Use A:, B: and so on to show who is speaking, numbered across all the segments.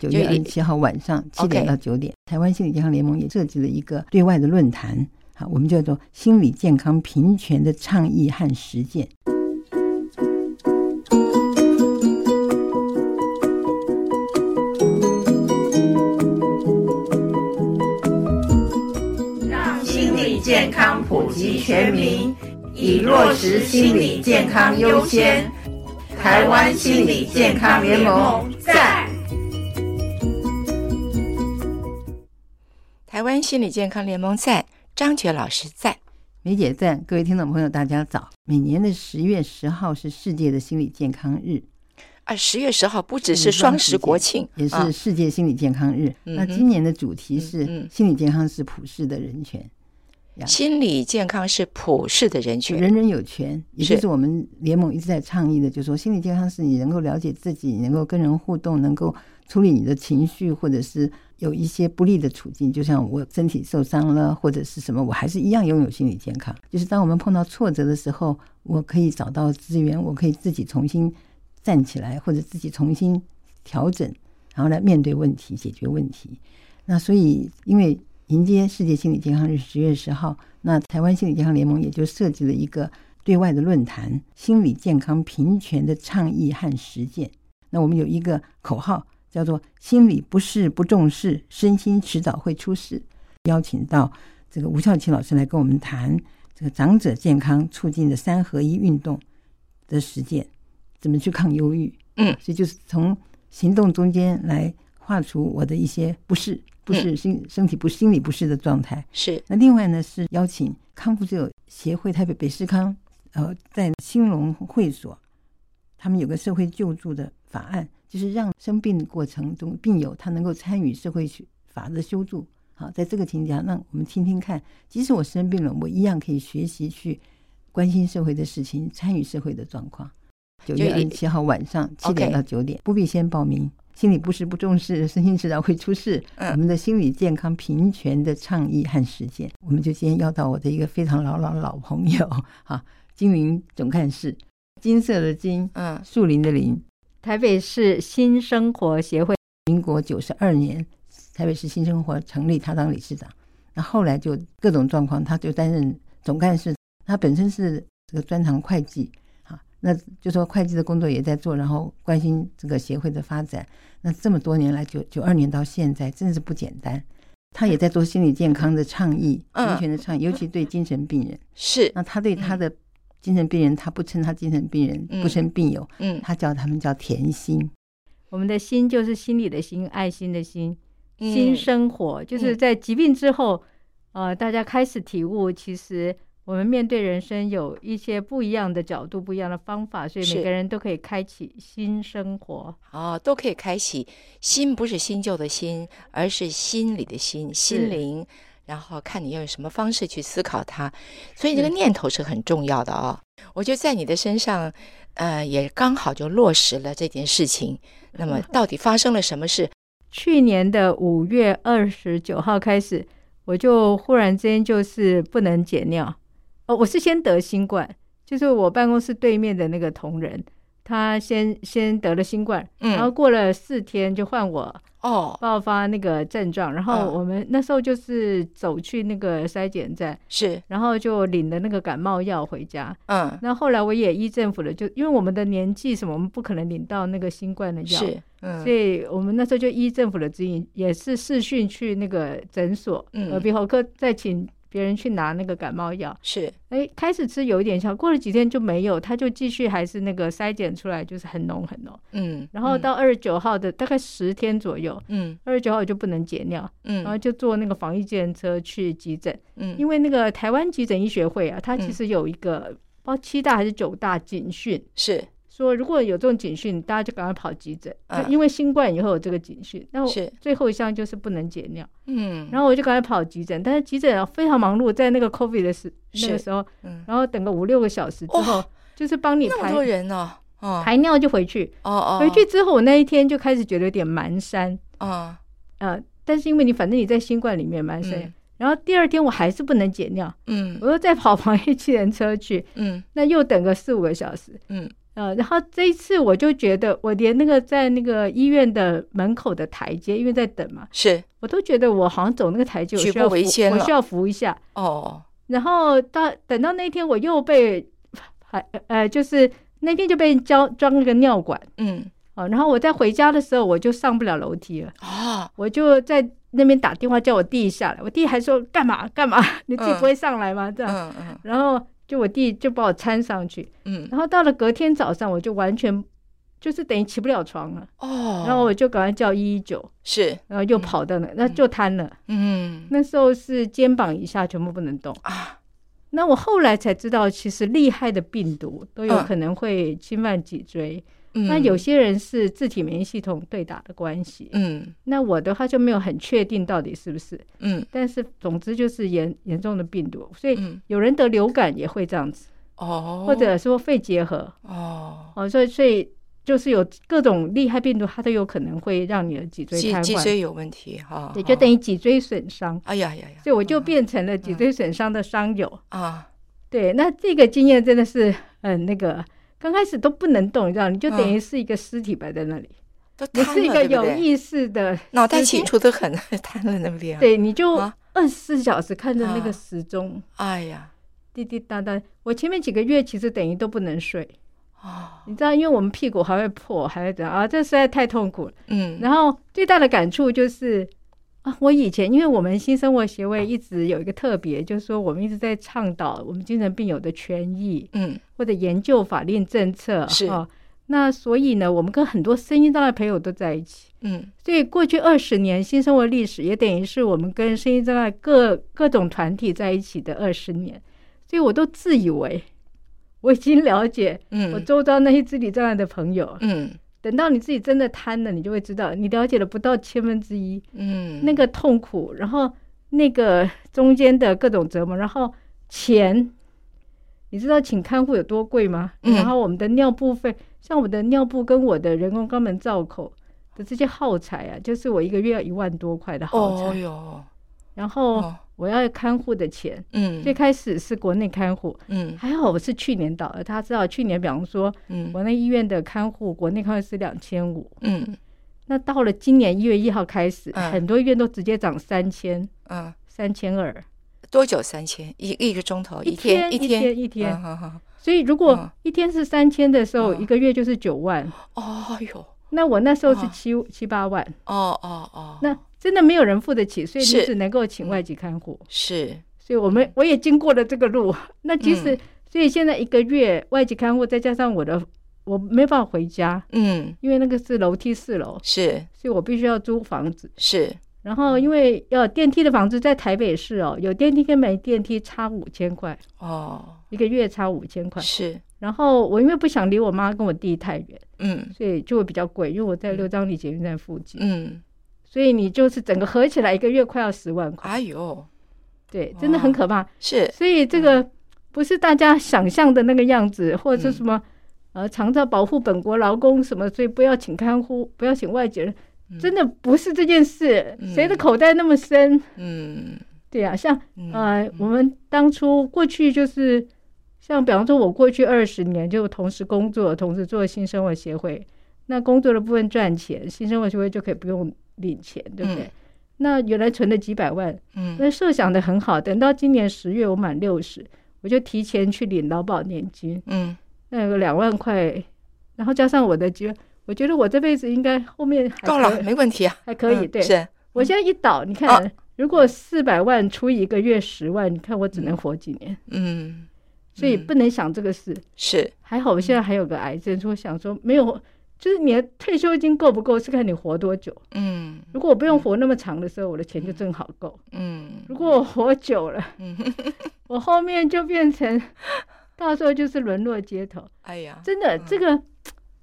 A: 九月二十七号晚上七点到九点，台湾心理健康联盟也设置了一个对外的论坛，好，我们叫做“心理健康平权的倡议和实践”。
B: 让心理健康普及全民，以落实心理健康优先。台湾心理健康联盟在。
C: 台湾心理健康联盟赞，张觉老师赞，
A: 梅姐赞，各位听众朋友大家早。每年的十月十号是世界的心理健康日，
C: 啊，十月十号不只是双十国庆，
A: 也
C: 啊
A: 是世界心理健康日。
C: 嗯
A: 那
C: 哼
A: 今年的主题是
C: 嗯嗯
A: 心理健康是普世的人权，
C: 心理健康是普世的人
A: 就
C: 权，
A: 人人有权，也
C: 是
A: 就是我们联盟一直在倡议的，就是说心理健康是你能够了解自己，你能够跟人互动，能够处理你的情绪，或者是有一些不利的处境，就像我身体受伤了或者是什么，我还是一样拥有心理健康。就是当我们碰到挫折的时候，我可以找到资源，我可以自己重新站起来，或者自己重新调整，然后来面对问题，解决问题。那所以，因为迎接世界心理健康日十月十号，那台湾心理健康联盟也就设计了一个对外的论坛“心理健康平权的倡议和实践”。那我们有一个口号叫做“心理不适不重视，身心迟早会出事”。邀请到这个吴孝琪老师来跟我们谈这个长者健康促进的三合一运动的实践，怎么去抗忧郁。
C: 嗯，
A: 所以就是从行动中间来化除我的一些不适、不适心身体不心理不适的状态。
C: 是
A: 那另外呢是邀请康复之友协会台北北市康，呃，在兴隆会所，他们有个社会救助的法案，就是让生病的过程中病友他能够参与社会法的修助。好，在这个情景下，让我们听听看，即使我生病了，我一样可以学习去关心社会的事情，参与社会的状况。九月二十七号晚上七点
C: OK
A: 到九点，不必先报名。心理不适不重视，身心迟早会出事。
C: 嗯
A: 我们的心理健康平权的倡议和实践，我们就今天邀到我的一个非常老老老朋友 哈，金陵总干事，金色的金，
C: 嗯，
A: 树林的林，
D: 台北市新生活协会
A: 民国九十二年台北市新生活成立，他当理事长。那后来就各种状况，他就担任总干事。他本身是这个专长会计啊，那就说会计的工作也在做，然后关心这个协会的发展。那这么多年来，九九二年到现在，真是不简单。他也在做心理健康的倡议、
C: 嗯
A: 人权的倡议，尤其对精神病人。
D: 嗯
C: 是，
A: 那他对他的精神病人，他不称他精神病人，
C: 嗯
A: 不称病友，
C: 嗯
A: 他叫他们叫甜心。
D: 我们的心就是心理的心，爱心的心，
C: 嗯
D: 新生活、就是
C: 嗯
D: 在疾病之后，呃，大家开始体悟，其实我们面对人生有一些不一样的角度、不一样的方法，所以
C: 是
D: 每个人都可以开启新生活。
C: 哦，都可以开启。心不是新旧的心，而是心里的心，心灵。然后看你要用什么方式去思考它，所以这个念头是很重要的啊、我觉得在你的身上，呃，也刚好就落实了这件事情。那么到底发生了什么事？
D: 去年的五月二十九号开始，我就忽然之间就是不能解尿。哦，我是先得新冠，就是我办公室对面的那个同仁，他先先得了新冠，
C: 嗯
D: 然后过了四天就换我
C: 哦，
D: 爆发那个症状，然后
C: 嗯
D: 我们那时候就是走去那个筛检站，
C: 是，
D: 然后就领了那个感冒药回家。
C: 嗯，
D: 那后来我也依政府的，就因为我们的年纪什么，我们不可能领到那个新冠的药，
C: 是，嗯
D: 所，以我们那时候就依政府的指引，也是视讯去那个诊所，
C: 嗯
D: 耳鼻喉科再请别人去拿那个感冒药。
C: 是，
D: 哎，开始吃有一点效，过了几天就没有，他就继续还是那个筛检出来就是很浓很浓。
C: 嗯，
D: 然后
C: 嗯，
D: 到二十九号的、大概十天左右，
C: 嗯
D: 二十九号我就不能解尿，然后
C: 嗯
D: 就坐那个防疫检车去急诊，
C: 嗯，
D: 因为那个台湾急诊医学会啊，它
C: 嗯
D: 其实有一个、不知道七大还是九大警讯，
C: 是
D: 说如果有这种警讯，大家就赶快跑急诊，
C: 嗯
D: 就因为新冠以后有这个警讯。那我
C: 是，
D: 最后一项就是不能解尿，
C: 嗯，
D: 然
C: 后
D: 后我就赶快跑急诊，但是急诊啊非常忙碌，在那个 COVID 的时
C: 是
D: 那个时候，
C: 嗯，
D: 然后等个五六个小时之后
C: 哇，
D: 就是帮你
C: 那么
D: 排
C: 多人呢，哦，
D: 排尿就回去，
C: 哦哦，
D: 回去之后我那一天就开始觉得有点蹒跚，
C: 哦，
D: 呃，但是因为你反正你在新冠里面蹒跚。
C: 嗯
D: 然后第二天我还是不能解尿，
C: 嗯
D: 我又再跑防疫七人车去，
C: 嗯
D: 那又等个四五个小时。
C: 嗯，
D: 呃，然后这一次我就觉得，我连那个在那个医院的门口的台阶，因为在等嘛，
C: 是
D: 我都觉得我好像走那个台阶，我
C: 举
D: 需要
C: 步维
D: 扶
C: 艰
D: 我
C: 了
D: 需要扶一下。
C: 哦，
D: 然后到等到那天，我又被还呃，就是那天就被教装了个尿管
C: 嗯，
D: 哦。然后我在回家的时候，我就上不了楼梯了，
C: 哦，
D: 我就在那边打电话叫我弟下来。我弟还说干嘛干嘛， 你自己
C: 嗯
D: 不会上来吗？这样，
C: 嗯嗯
D: 然后就我弟就把我搀上去。
C: 嗯，
D: 然后到了隔天早上，我就完全就是等于起不了床了，
C: 哦，
D: 然后我就赶快叫一一九，
C: 是，
D: 然后又跑到那，那就瘫了。
C: 嗯
D: 那时候是肩膀以下全部不能动。
C: 啊，
D: 那我后来才知道，其实厉害的病毒都有
C: 嗯
D: 可能会侵犯脊椎。
C: 嗯
D: 那有，些人是自体免疫系统对打的关系，
C: 嗯
D: 那我的话就没有很确定到底是不是，
C: 嗯
D: 但是总之就是严严重的病毒，所以
C: 嗯，
D: 有人得流感也会这样子，
C: 哦，
D: 或者说肺结核，
C: 哦，
D: 哦，所以所以就是有各种厉害病毒，它都有可能会让你的脊椎
C: 脊
D: 瘫
C: 脊
D: 痪，
C: 椎有问题哈，
D: 也
C: 哈
D: 就等于脊椎损伤。
C: 哎呀呀呀，
D: 所以我就
C: 嗯
D: 变成了脊椎损伤的伤友。
C: 啊，
D: 对，那这个经验真的是很那个，刚开始都不能动，你知道，你就等于
C: 嗯
D: 是一个尸体摆在那里，
C: 都
D: 你
C: 瘫了，
D: 是一个
C: 对不
D: 有
C: 对
D: 意识的，
C: 脑袋清，楚的很， 瘫了那不对？，
D: 对，你就
C: 啊
D: 二十四小时看着那
C: 啊
D: 个时钟
C: 哎呀，
D: 滴滴答答。我前面几个月其实等于都不能睡，
C: 啊，
D: 你知道，因为我们屁股还会破，还会怎样啊？这实在太痛苦了。
C: 嗯，
D: 然后最大的感触就是啊，我以前因为我们新生活协会一直有一个特别，就是说我们一直在倡导我们精神病友的权益，
C: 嗯
D: 或者研究法令政策
C: 是
D: 啊。那所以呢，我们跟很多身心障碍朋友都在一起。
C: 嗯
D: 所以过去二十年新生活历史，也等于是我们跟身心障碍各各种团体在一起的二十年。所以我都自以为 我已经了解
C: 嗯，
D: 我周遭那些肢体障碍的朋友，
C: 嗯
D: 等到你自己真的瘫了，你就会知道，你了解了不到千分之一
C: 嗯，
D: 那个痛苦，然后那个中间的各种折磨，然后钱，你知道请看护有多贵吗？
C: 嗯
D: 然后我们的尿布费，像我的尿布跟我的人工肛门造口的这些耗材啊，就是我一个月要一万多块的耗材，
C: 哦哟，
D: 然后
C: 哦
D: 我要看护的钱，
C: 嗯，
D: 最开始是国内看护，
C: 嗯
D: 还好我是去年到的，大家知道去年比方说
C: 嗯
D: 国内医院的看护，国内看护是两千五。
C: 嗯
D: 那到了今年一月一号开始，
C: 嗯
D: 很多医院都直接涨三千、
C: 嗯，
D: 三千二，
C: 多久三千一一个钟头？
D: 一
C: 天
D: 一
C: 天
D: 天一天。
C: 嗯嗯
D: 所以如果
C: 嗯
D: 一天是三千的时候，
C: 嗯
D: 一个月就是九万。
C: 嗯哦哟，
D: 那我那时候是
C: 哦
D: 七七八万，
C: 哦哦哦，
D: 那真的没有人付得起，所以
C: 是嗯
D: 你只能够请外籍看护。
C: 是
D: 所以我们我也经过了这个 路。那其
C: 嗯
D: 实，所以现在一个月外籍看护再加上我的，我没办法回家，
C: 嗯
D: 因为那个是楼梯四楼，
C: 是
D: 所以我必须要租房子。
C: 是
D: 然后
C: 嗯
D: 因为要电梯的房子在台北市哦，有电梯跟没电梯差五千块，
C: 哦
D: 一个月差五千块。
C: 是
D: 然后我因为不想离我妈跟我弟太远，
C: 嗯
D: 所以就会比较贵，因为我在六张里捷运站附近，
C: 嗯，
D: 所以你就是整个合起来一个月快要十万块，
C: 哎呦
D: 对，真的很可怕。
C: 是
D: 所以这个
C: 嗯
D: 不是大家想象的那个样子，或者是什么。呃，常照保护本国劳工什么，所以不要请看护，不要请外籍人，真的不是这件事。
C: 嗯
D: 谁的口袋那么深？
C: 嗯
D: 对啊，像
C: 嗯
D: 呃，我们当初过去就是，像比方说，我过去二十年就同时工作，同时做新生活协会。那工作的部分赚钱，新生活协会就可以不用领钱，对不对？
C: 嗯
D: 那原来存了几百万，
C: 嗯
D: 那设想的很好。等到今年十月我满六十，我就提前去领劳保年金，
C: 嗯
D: 那有两万块，然后加上我的结，我觉得我这辈子应该后面还
C: 够
D: 可
C: 了，
D: 以
C: 没问题啊，
D: 还可以，
C: 嗯
D: 对，
C: 是
D: 我现在一倒，你看，
C: 啊
D: 如果四百万除以一个月十万，你看我只能活几年，
C: 嗯
D: 所以不能想这个事。
C: 是
D: 还好我现在还有个癌症，所以我想说没有，就是你的退休金够不够是看你活多久。
C: 嗯
D: 如果我不用活那么长的时候，我的钱就正好够；
C: 嗯
D: 如果我活久了，
C: 嗯，
D: 我后面就变成到时候就是沦落街头。
C: 哎呀，
D: 真的，这个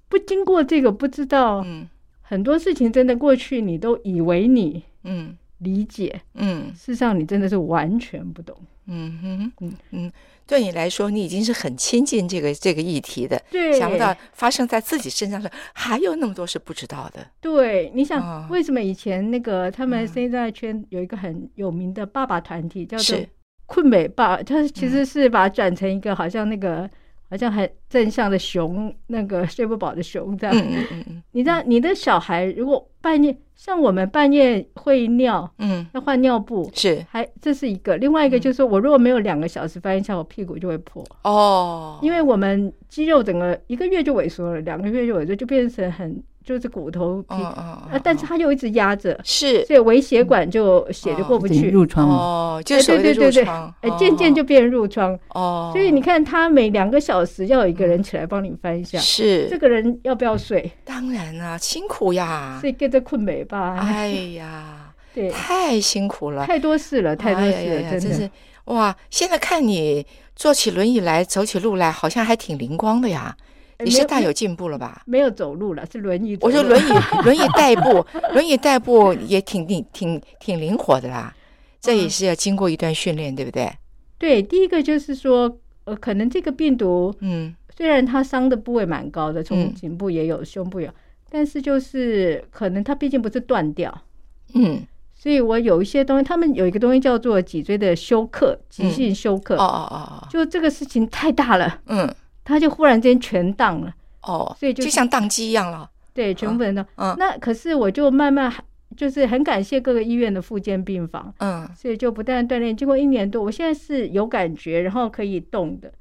D: 不经过这个不知道
C: 嗯
D: 很多事情，真的过去你都以为你
C: 嗯
D: 理解，
C: 嗯。
D: 事实上你真的是完全不懂。
C: 嗯哼
D: 嗯，
C: 嗯，对你来说，你已经是很亲近这个这个议题的。
D: 对，
C: 想不到发生在自己身上的还有那么多是不知道的。
D: 对，你
C: 啊
D: 想为什么以前那个他们
C: 嗯
D: 现在圈有一个很有名的爸爸团体叫做
C: 是，嗯
D: 困美爸，他其实是把它转成一个好像那个好像还镇上的熊，那个睡不饱的熊这样。
C: 嗯嗯嗯嗯
D: 你知道，你的小孩如果半夜，像我们半夜会尿，
C: 嗯，
D: 要换尿布，
C: 是
D: 还这是一个。另外一个就是说，我如果没有两个小时翻一下，我屁股就会破，
C: 嗯哦，
D: 因
C: 为
D: 为我们肌肉整个一个月就萎缩了，两个月就萎缩，就变成很就是骨头皮，
C: 嗯
D: 啊，
C: 嗯，
D: 但是它又一直压着，
C: 是
D: 所以微血管就血就过不
A: 已经
D: 去。
A: 入窗了，
C: 哦，嗯就
D: 哎
C: 是所
D: 对
C: 谓
D: 对
C: 的入
D: 对对，
C: 窗，啊
D: 哎，渐渐就变入窗。
C: 哦，
D: 所以你看，他每两个小时要有一个人起来帮你翻一下，这
C: 是
D: 个人要不要睡？
C: 当然啦，辛苦呀
D: 所，以跟着困美吧，
C: 哎呀，
D: 对，
C: 太辛苦了，
D: 太多事了，太多
C: 啊哎呀
D: 事
C: 呀
D: 了，
C: 呀真
D: 的。
C: 是哇！现在看你坐起轮椅来，走起路来，好像还挺灵光的呀。
D: 哎
C: 你
D: 没
C: 是
D: 有
C: 大有进步了 吧？
D: 没有走路了，是轮椅走
C: 我
D: 路。
C: 说轮椅轮椅代步，轮椅代步也挺挺挺挺灵活的啦。这
D: 嗯
C: 也是要经过一段训练，对不对？
D: 对，第一个就是说，呃，可能这个病毒
C: 嗯，
D: 虽然它伤的部位蛮高的，从
C: 嗯
D: 颈部也有，胸部也有，但是就是可能它毕竟不是断掉，
C: 嗯，
D: 所以我有一些东西，他们有一个东西叫做脊椎的休克，急性休克，
C: 哦哦哦，哦，
D: 就这个事情太大了，
C: 嗯，
D: 它就忽然之间全荡了，
C: 哦，
D: 所以就
C: 就是像宕机一样了。
D: 对，全部人都。
C: 嗯
D: 那可是我就慢慢就是很感谢各个医院的复健病房，
C: 嗯，
D: 所以就不断锻炼，经过一年多，我现在是有感觉，然后可以动的。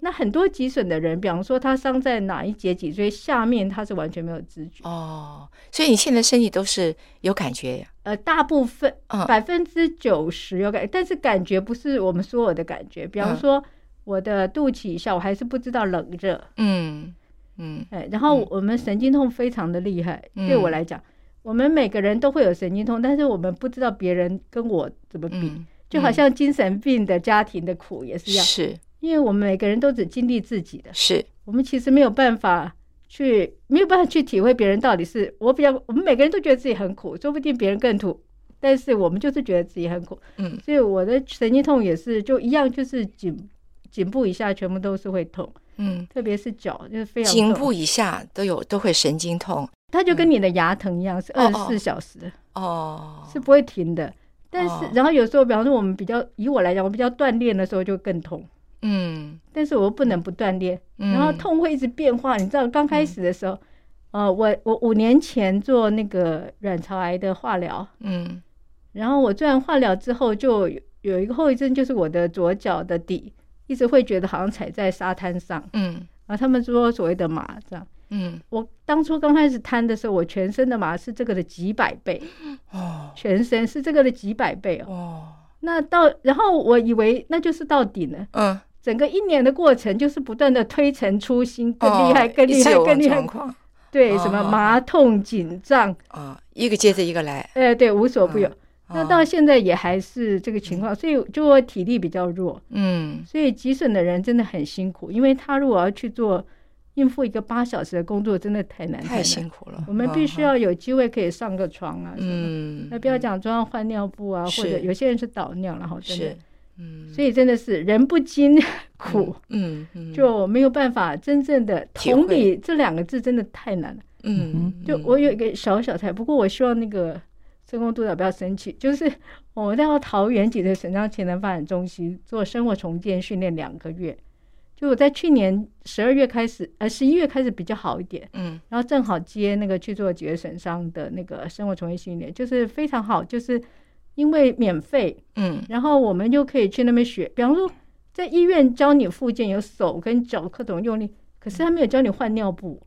D: 那很多脊髓的人，比方说他伤在哪一节脊椎下面，他是完全没有知觉。
C: 哦，所以你现在身体都是有感觉呀。
D: 呃，大部分
C: 嗯
D: 百分之九十有感但是感觉不是我们所有的感觉。比
C: 嗯
D: 方说我的肚脐以下，我还是不知道冷热。
C: 嗯嗯
D: 哎，然后
C: 嗯
D: 我们神经痛非常的厉害，
C: 嗯
D: 对我来讲，我们每个人都会有神经痛，但是我们不知道别人跟我怎么比，
C: 嗯，
D: 就好
C: 嗯
D: 像精神病的家庭的苦也是一样，
C: 是
D: 因为我们每个人都只经历自己的，
C: 是，
D: 我们其实没有办法去没有办法去体会别人到底是我比较，我们每个人都觉得自己很苦，说不定别人更苦，但是我们就是觉得自己很苦，
C: 嗯
D: 所以我的神经痛也是就一样，就是颈颈部以下全部都是会痛，
C: 嗯。
D: 特别是脚就是非常
C: 颈
D: 痛
C: 部以下都有都会神经痛
D: 它就跟你的牙疼一样，是
C: 哦
D: 二
C: 哦
D: 十四小时的，
C: 哦，
D: 是不会停的。但是，
C: 哦
D: 然后有时候，比方说我们比较，以我来讲，我比较锻炼的时候就更痛，
C: 嗯，
D: 但是我又不能不锻炼，
C: 嗯
D: 然后痛会一直变化。你知道，刚开始的时候，呃，我我五年前做那个卵巢癌的化疗，
C: 嗯
D: 然后我做完化疗之后，就有有一个后遗症，就是我的左脚的底一直会觉得好像踩在沙滩上，
C: 嗯
D: 然后他们说所谓的麻这样。
C: 嗯
D: 我当初刚开始摊的时候，我全身的麻是这个的几百倍，
C: 哦
D: 全身是这个的几百倍哦。
C: 哦
D: 那到然后我以为那就是到顶了，
C: 嗯，
D: 整个一年的过程就是不断的推陈出新，更厉害，
C: 哦
D: 更厉
C: 一直
D: 害，
C: 有
D: 更厉害
C: 状。况
D: 对，
C: 哦
D: 什么麻痛、紧张，
C: 啊，一个接着一个来，
D: 呃，对，无所不有。那到
C: 哦
D: 现在也还是这个情况，所以就我体力比较弱，
C: 嗯
D: 所以急诊的人真的很辛苦，因为他如果要去做应付一个八小时的工作，真的太难
C: 太
D: 难
C: 辛苦了，
D: 我们必须
C: 嗯
D: 要有机会可以上个床啊什么。
C: 嗯，
D: 那不要讲装换尿布啊，
C: 是
D: 或者有些人是导尿，然后真的
C: 是，嗯
D: 所以真的是人不经 苦，
C: 嗯嗯
D: 就没有办法真正的
C: 体会
D: 同理这两个字真的太难了。
C: 嗯
D: 就我有一个小小菜，不过我希望那个社工督导不要生气，就是我到桃园脊髓损伤潜能发展中心做生活重建训练两个月，就我在去年十二月开始，呃十一月开始比较好一点，
C: 嗯
D: 然后正好接那个去做脊髓损伤的那个生活重建训练，就是非常好，就是因为免费，
C: 嗯
D: 然后我们就可以去那边学。比方说，在医院教你复健有手跟脚各种用力，可是他没有教你换尿布，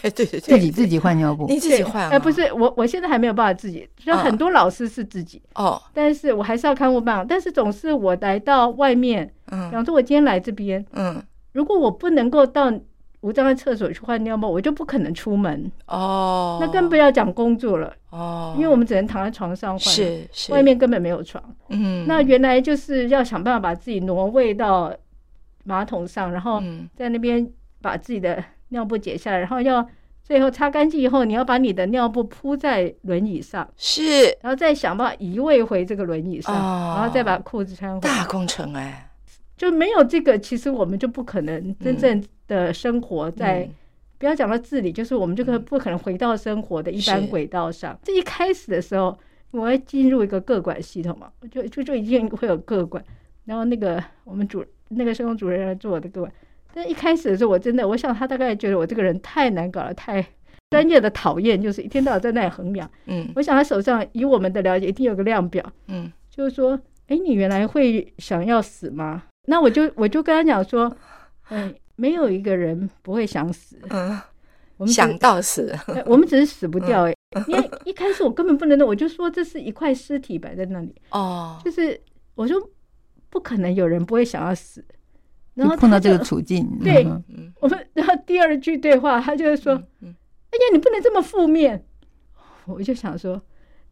C: 对对对，
A: 自己自己换尿布，
C: 你自己换，
D: 哎、不是我，我现在还没有办法自己，就
C: 啊
D: 很多老师是自己，
C: 哦，
D: 但是我还是要看护棒。但是总是我来到外面，比
C: 嗯
D: 方说我今天来这边，
C: 嗯
D: 如果我不能够到无障碍厕所去换尿布，我就不可能出门，
C: 哦，
D: 那更不要讲工作了。
C: 哦，
D: 因为我们只能躺在床上换，
C: 是是
D: 外面根本没有床。
C: 嗯
D: 那原来就是要想办法把自己挪位到马桶上，然后
C: 嗯
D: 在那边把自己的尿布解下来，然后要最后擦干净以后，你要把你的尿布铺在轮椅上，
C: 是
D: 然后再想办法移位回这个轮椅上，
C: 哦
D: 然后再把裤子穿回来。
C: 大工程哎，
D: 就没有这个，其实我们就不可能真正的生活在、
C: 嗯
D: 不要讲到自理，就是我们这个不可能回到生活的一般
C: 是
D: 轨道上。这一开始的时候，我会进入一个各管系统嘛，就就就一定会有各管，然后那个我们主那个社工主任来做我的各管，但一开始的时候，我真的，我想他大概觉得我这个人太难搞了，太专业的讨厌，就是一天到晚在那里衡量。
C: 嗯
D: 我想他手上以我们的了解，一定有个量表，
C: 嗯
D: 就是说，哎，你原来会想要死吗？那我就我就跟他讲说，嗯，没有一个人不会想死，
C: 嗯，
D: 我们只
C: 想嗯到死，
D: 哎我们只是死不掉哎、因为一开始我根本不能动，我就说这是一块尸体摆在那里，
C: 哦，
D: 就是我说不可能有人不会想要死。然后
A: 就碰到
D: 他
A: 这个
D: 就
A: 处境，
D: 对
A: 嗯哼
C: 嗯，
D: 我们，然后第二句对话，他就是说：“
C: 嗯嗯
D: 哎呀，你不能这么负面。”我就想说，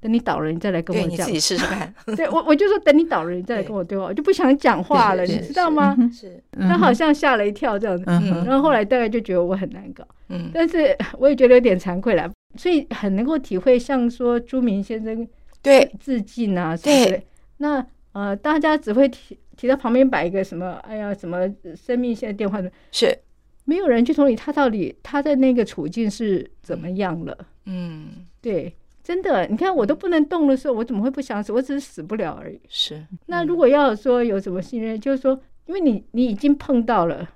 D: 等你倒了，你再来跟
C: 对
D: 我
C: 你
D: 讲
C: 自。己试试看，
D: 对我，我就说等你倒了，你再来跟我对话，我就不想讲话 了，
C: 对
D: 你
C: 对
D: 知道吗？
C: 是，
A: 嗯
D: 他
A: 哼
D: 好像吓了一跳这样子，
A: 嗯
C: 嗯
A: 哼，
D: 然后后来大概就觉得我很难搞，
C: 嗯
D: 但是 我也觉得有点惭愧啦，所以很能够体会，像说朱明先生
C: 对，
D: 致敬啊什么之类。那呃，大家只会提提到旁边摆一个什么，哎呀，什么生命线电话什么
C: 是，
D: 没有人去同理他到底他在那个处境是怎么样了。
C: 嗯
D: 对，真的，你看我都不能动的时候，我怎么会不想死？我只是死不了而已。
C: 是，
D: 那如果要说有什么信任，就是说，因为你你已经碰到了，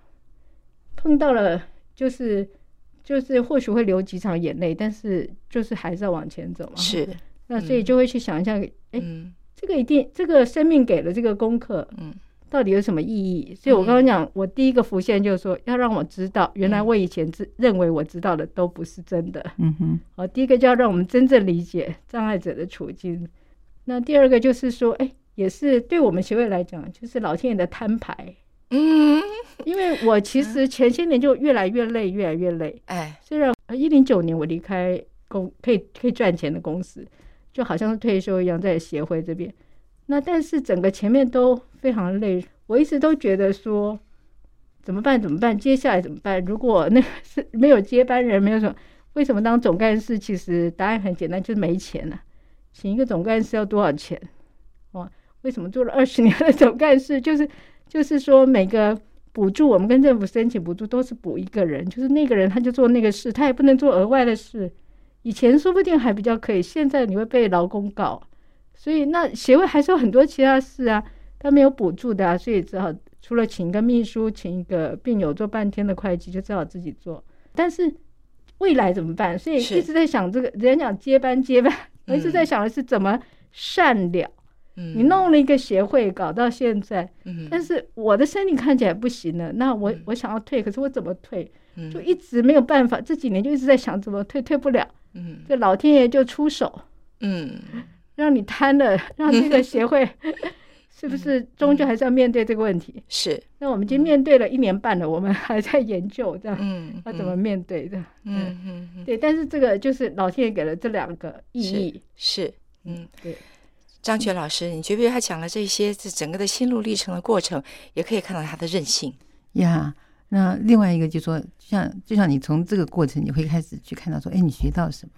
D: 碰到了，就是就是或许会流几场眼泪，但是就是还是要往前走嘛。，
C: 是，
D: 那所以就会去想一下，哎、
C: 嗯
D: 这个一定这个生命给了这个功课，
C: 嗯，
D: 到底有什么意义？所以我刚刚讲，我第一个浮现就是说，要让我知道，原
C: 嗯
D: 来我以前知认为我知道的都不是真的。
A: 嗯哼，
D: 好，第一个就要让我们真正理解障碍者的处境。那第二个就是说，哎，也是对我们协会来讲，就是老天爷的摊牌。
C: 嗯，
D: 因为我其实前些年就越来越累，越来越累。
C: 哎，
D: 虽然啊一零九年我离开公可以可以赚钱的公司，就好像是退休一样，在协会这边。那但是整个前面都非常累，我一直都觉得说怎么办？怎么办？接下来怎么办？如果那个是没有接班人，没有什么，为什么当总干事？其实答案很简单，就是没钱啊。请一个总干事要多少钱？哦，为什么做了二十年的总干事，就是就是说每个补助，我们跟政府申请补助都是补一个人，就是那个人他就做那个事，他也不能做额外的事。以前说不定还比较可以，现在你会被劳工告，所以那协会还是有很多其他事啊，他没有补助的啊，所以只好除了请一个秘书，请一个病友做半天的会计，就只好自己做。但是未来怎么办？所以
C: 是
D: 一直在想这个，人家讲接班接班，我一直在想的是怎么善了。
C: 嗯，
D: 你弄了一个协会，搞到现在，
C: 嗯，
D: 但
C: 是
D: 是我的身体看起来不行了，那我我想要退，可是我怎么退？
C: 嗯
D: 就一直没有办法，这几年就一直在想怎么退，退不了。
C: 嗯
D: 这老天爷就出手，
C: 嗯
D: 让你瘫了，让这个 协会 是不
C: 嗯
D: 是终究还是要面对这个问题？
C: 是，
D: 那我们已经面对了一年半了，我们还在研究这样
C: 嗯，
D: 要怎么面对的。
C: 嗯嗯嗯
D: 对，但是这个就是老天爷给了这两个意义。
C: 是，嗯。
D: 对，
C: 张泉老师，你觉不觉得他讲了这些，这整个的心路历程的过程，也可以看到他的韧性？
A: 呀。那另外一个就说，就像就像你从这个过程，你会开始去看到说，哎，你学到什么？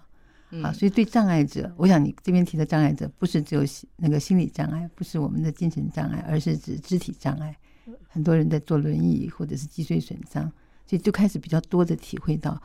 A: 啊，
C: 嗯，
A: 所以对障碍者，我想你这边提的障碍者，不是只有心那个心理障碍，不是我们的精神障碍，而是指肢体障碍。
C: 嗯
A: 很多人在坐轮椅或者是脊髓损伤，所以就开始比较多的体会到，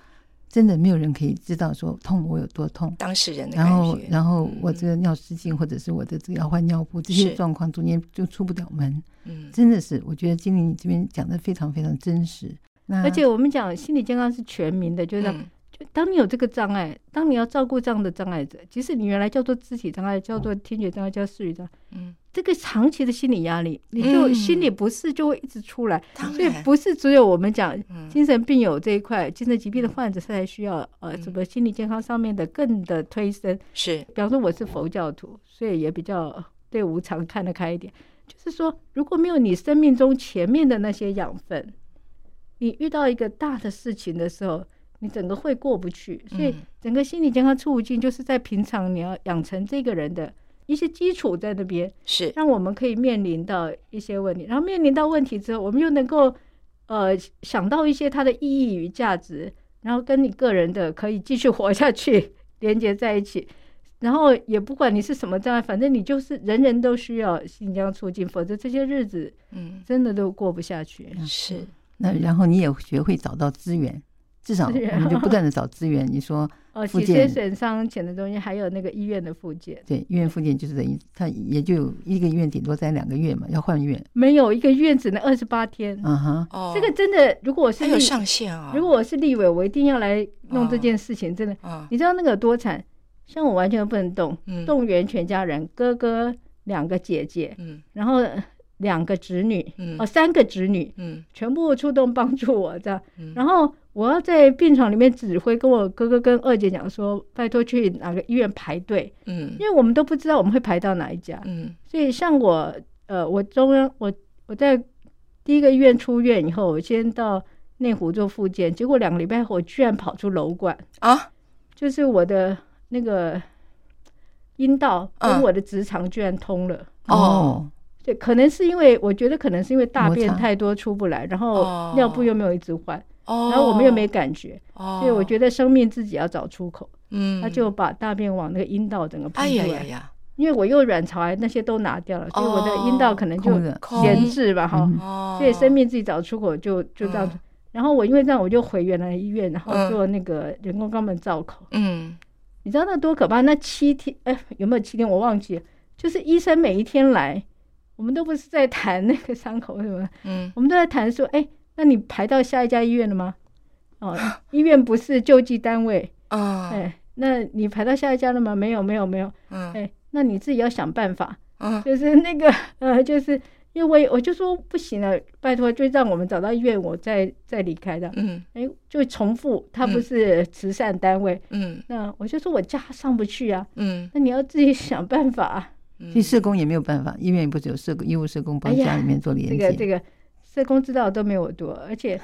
A: 真的没有人可以知道说痛我有多痛。
C: 当事人的感
A: 然后，
C: 觉，嗯
A: 然后我这个尿失禁，或者是我的这个要换尿布，这些
C: 是
A: 状况中间就出不了门，
C: 嗯
A: 真的是，我觉得经理你这边讲的非常非常真实。那
D: 而且我们讲心理健康是全民的，就是
C: 嗯
D: 就当你有这个障碍，当你要照顾这样的障碍者，即使你原来叫做肢体障碍、叫做听觉障碍、叫视觉障碍，
C: 嗯，
D: 这个长期的心理压力，你就
C: 嗯
D: 心理不适就会一直出来。
C: 当
D: 所以
C: 然，
D: 不是只有我们讲
C: 嗯
D: 精神病友这一块，精神疾病的患者才需要呃
C: 嗯
D: 什么心理健康上面的更的推升。
C: 是，
D: 比方说我是佛教徒，所以也比较对无常看得开一点。就是说，如果没有你生命中前面的那些养分，你遇到一个大的事情的时候，你整个会过不去。所以
C: 嗯，
D: 整个心理健康促进就是在平常你要养成这个人的一些基础在那边，
C: 是，
D: 让我们可以面临到一些问题。然后面临到问题之后，我们又能够呃想到一些它的意义与价值，然后跟你个人的可以继续活下去 连接在一起。然后也不管你是什么障碍，反正你就是人人都需要新疆促进，否则这些日子
C: 嗯，
D: 真的都过不下去。
C: 是，
A: 那然后你也学会找到资源，至 少我
D: 资源
A: 们就不断的找资源。你说
D: 哦，
A: 附
D: 脊
A: 件
D: 椎损伤前的东西，还有那个医院的附件，
A: 对，医院附件就是等于它也就有一个院顶多待两个月嘛，要换院。
D: 没有一个月只能二十八天。
A: 嗯哼，
C: 哦，
D: 这个真的，如果我是
C: 它有
D: 立
C: 上哦限啊。
D: 如果我是立委，我一定要来弄这件事情。真的，
C: 啊，
D: 你知道那个有多惨？像我完全不能动，
C: 嗯
D: 动员全家人，哥哥两个姐姐，
C: 嗯
D: 然后呃两个侄女，
C: 嗯
D: 哦，三个侄女，
C: 嗯
D: 全部出动帮助我这样
C: 嗯。
D: 然后我要在病床里面指挥，跟我哥哥跟二姐讲说，拜托去哪个医院排队，
C: 嗯
D: 因为我们都不知道我们会排到哪一家。
C: 嗯
D: 所以像我，呃，我中央，我我在第一个医院出院以后，我先到内湖做复健，结果两个礼拜后，我居然跑出楼管，
C: 啊，
D: 就是我的那个阴道跟
C: 嗯
D: 我的直肠居然通了。
C: 哦
D: 对，可能是因为我觉得可能是因为大
A: 摩
D: 便
A: 擦
D: 太多出不来，然
C: 哦
D: 后尿布又没有一直换，
C: 哦，
D: 然后我们又没，感觉，
C: 哦、
D: 所以我觉得生命自己要找出口，
C: 嗯，
D: 他就把大便往那个阴道整个
C: 哎
D: 喷
C: 呀
D: 出
C: 呀
D: 来。
C: 呀，
D: 因为我又卵巢啊癌那些都拿掉了，所以我的阴道可能就
A: 空的
C: 哦空
D: 闲置吧哈，
A: 嗯
C: 哦，
D: 所以生命自己找出口就就这样子
C: 嗯。
D: 然后我因为这样，我就回原来的医院，然后
C: 嗯
D: 做那个人工肛门造口。
C: 嗯
D: 你知道那多可怕？那七天，哎，有没有七天？我忘记了。就是医生每一天来，我们都不是在谈那个伤口什么的，
C: 嗯
D: 我们都在谈说，哎，那你排到下一家医院了吗？哦，医院不是救济单位，
C: 啊
D: 哎，那你排到下一家了吗？没有，没有，没有，
C: 嗯
D: 哎，那你自己要想办法。
C: 嗯
D: 就是那个呃，就是因为我也我就说不行了，拜托，就让我们找到医院，我再再离开的。
C: 嗯
D: 哎，就重复，他不
C: 嗯
D: 是慈善单位，
C: 嗯
D: 那我就说我家上不去啊，
C: 嗯
D: 那你要自己想办法、啊。
C: 嗯，
A: 其实社工也没有办法，医院不是有社工医务社工帮
D: 哎呀
A: 家里面做连
D: 这
A: 接，
D: 个这个社工知道都没有我多，而且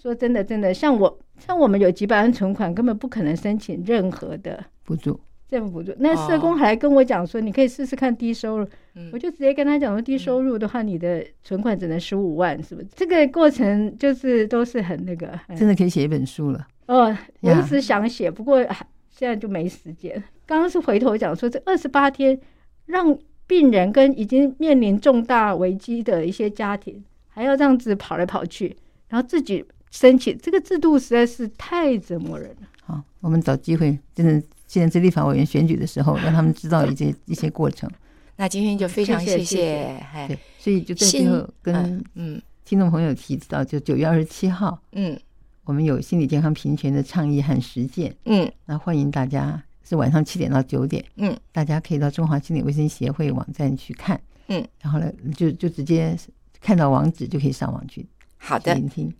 D: 说真的真的，像我像我们有几百万存款，根本不可能申请任何的。
A: 补助
D: 政府补助，那社
C: 哦
D: 工还跟我讲说，你可以试试看低收入，
C: 嗯
D: 我就直接跟他讲说，低收入的话，你的存款只能十五万，是不是？这个过程就是都是很那个，很
A: 真的可以写一本书了。
D: 哦，我
A: 呀
D: 一直想写，不过还现在就没时间。刚刚是回头讲说，这二十八天让病人跟已经面临重大危机的一些家庭，还要这样子跑来跑去，然后自己申请，这个制度实在是太折磨人了。
A: 好，我们找机会，真的，现在是立法委员选举的时候，让他们知道一 些一些过程。
C: 那今天就非常
D: 谢谢谢
C: 谢
D: 谢，
C: 哎
A: 对，，所以就在最
C: 新
A: 后跟
C: 嗯
A: 听众朋友提到，就九月二十七号，
C: 嗯
A: 我们有心理健康平权的倡议和实践，
C: 嗯
A: 那欢迎大家是晚上七点到九点，
C: 嗯，
A: 大家可以到中华心理卫生协会网站去看，
C: 嗯，
A: 然后呢，就就直接看到网址就可以上网去
C: 好
A: 去
C: 的
A: 聆听。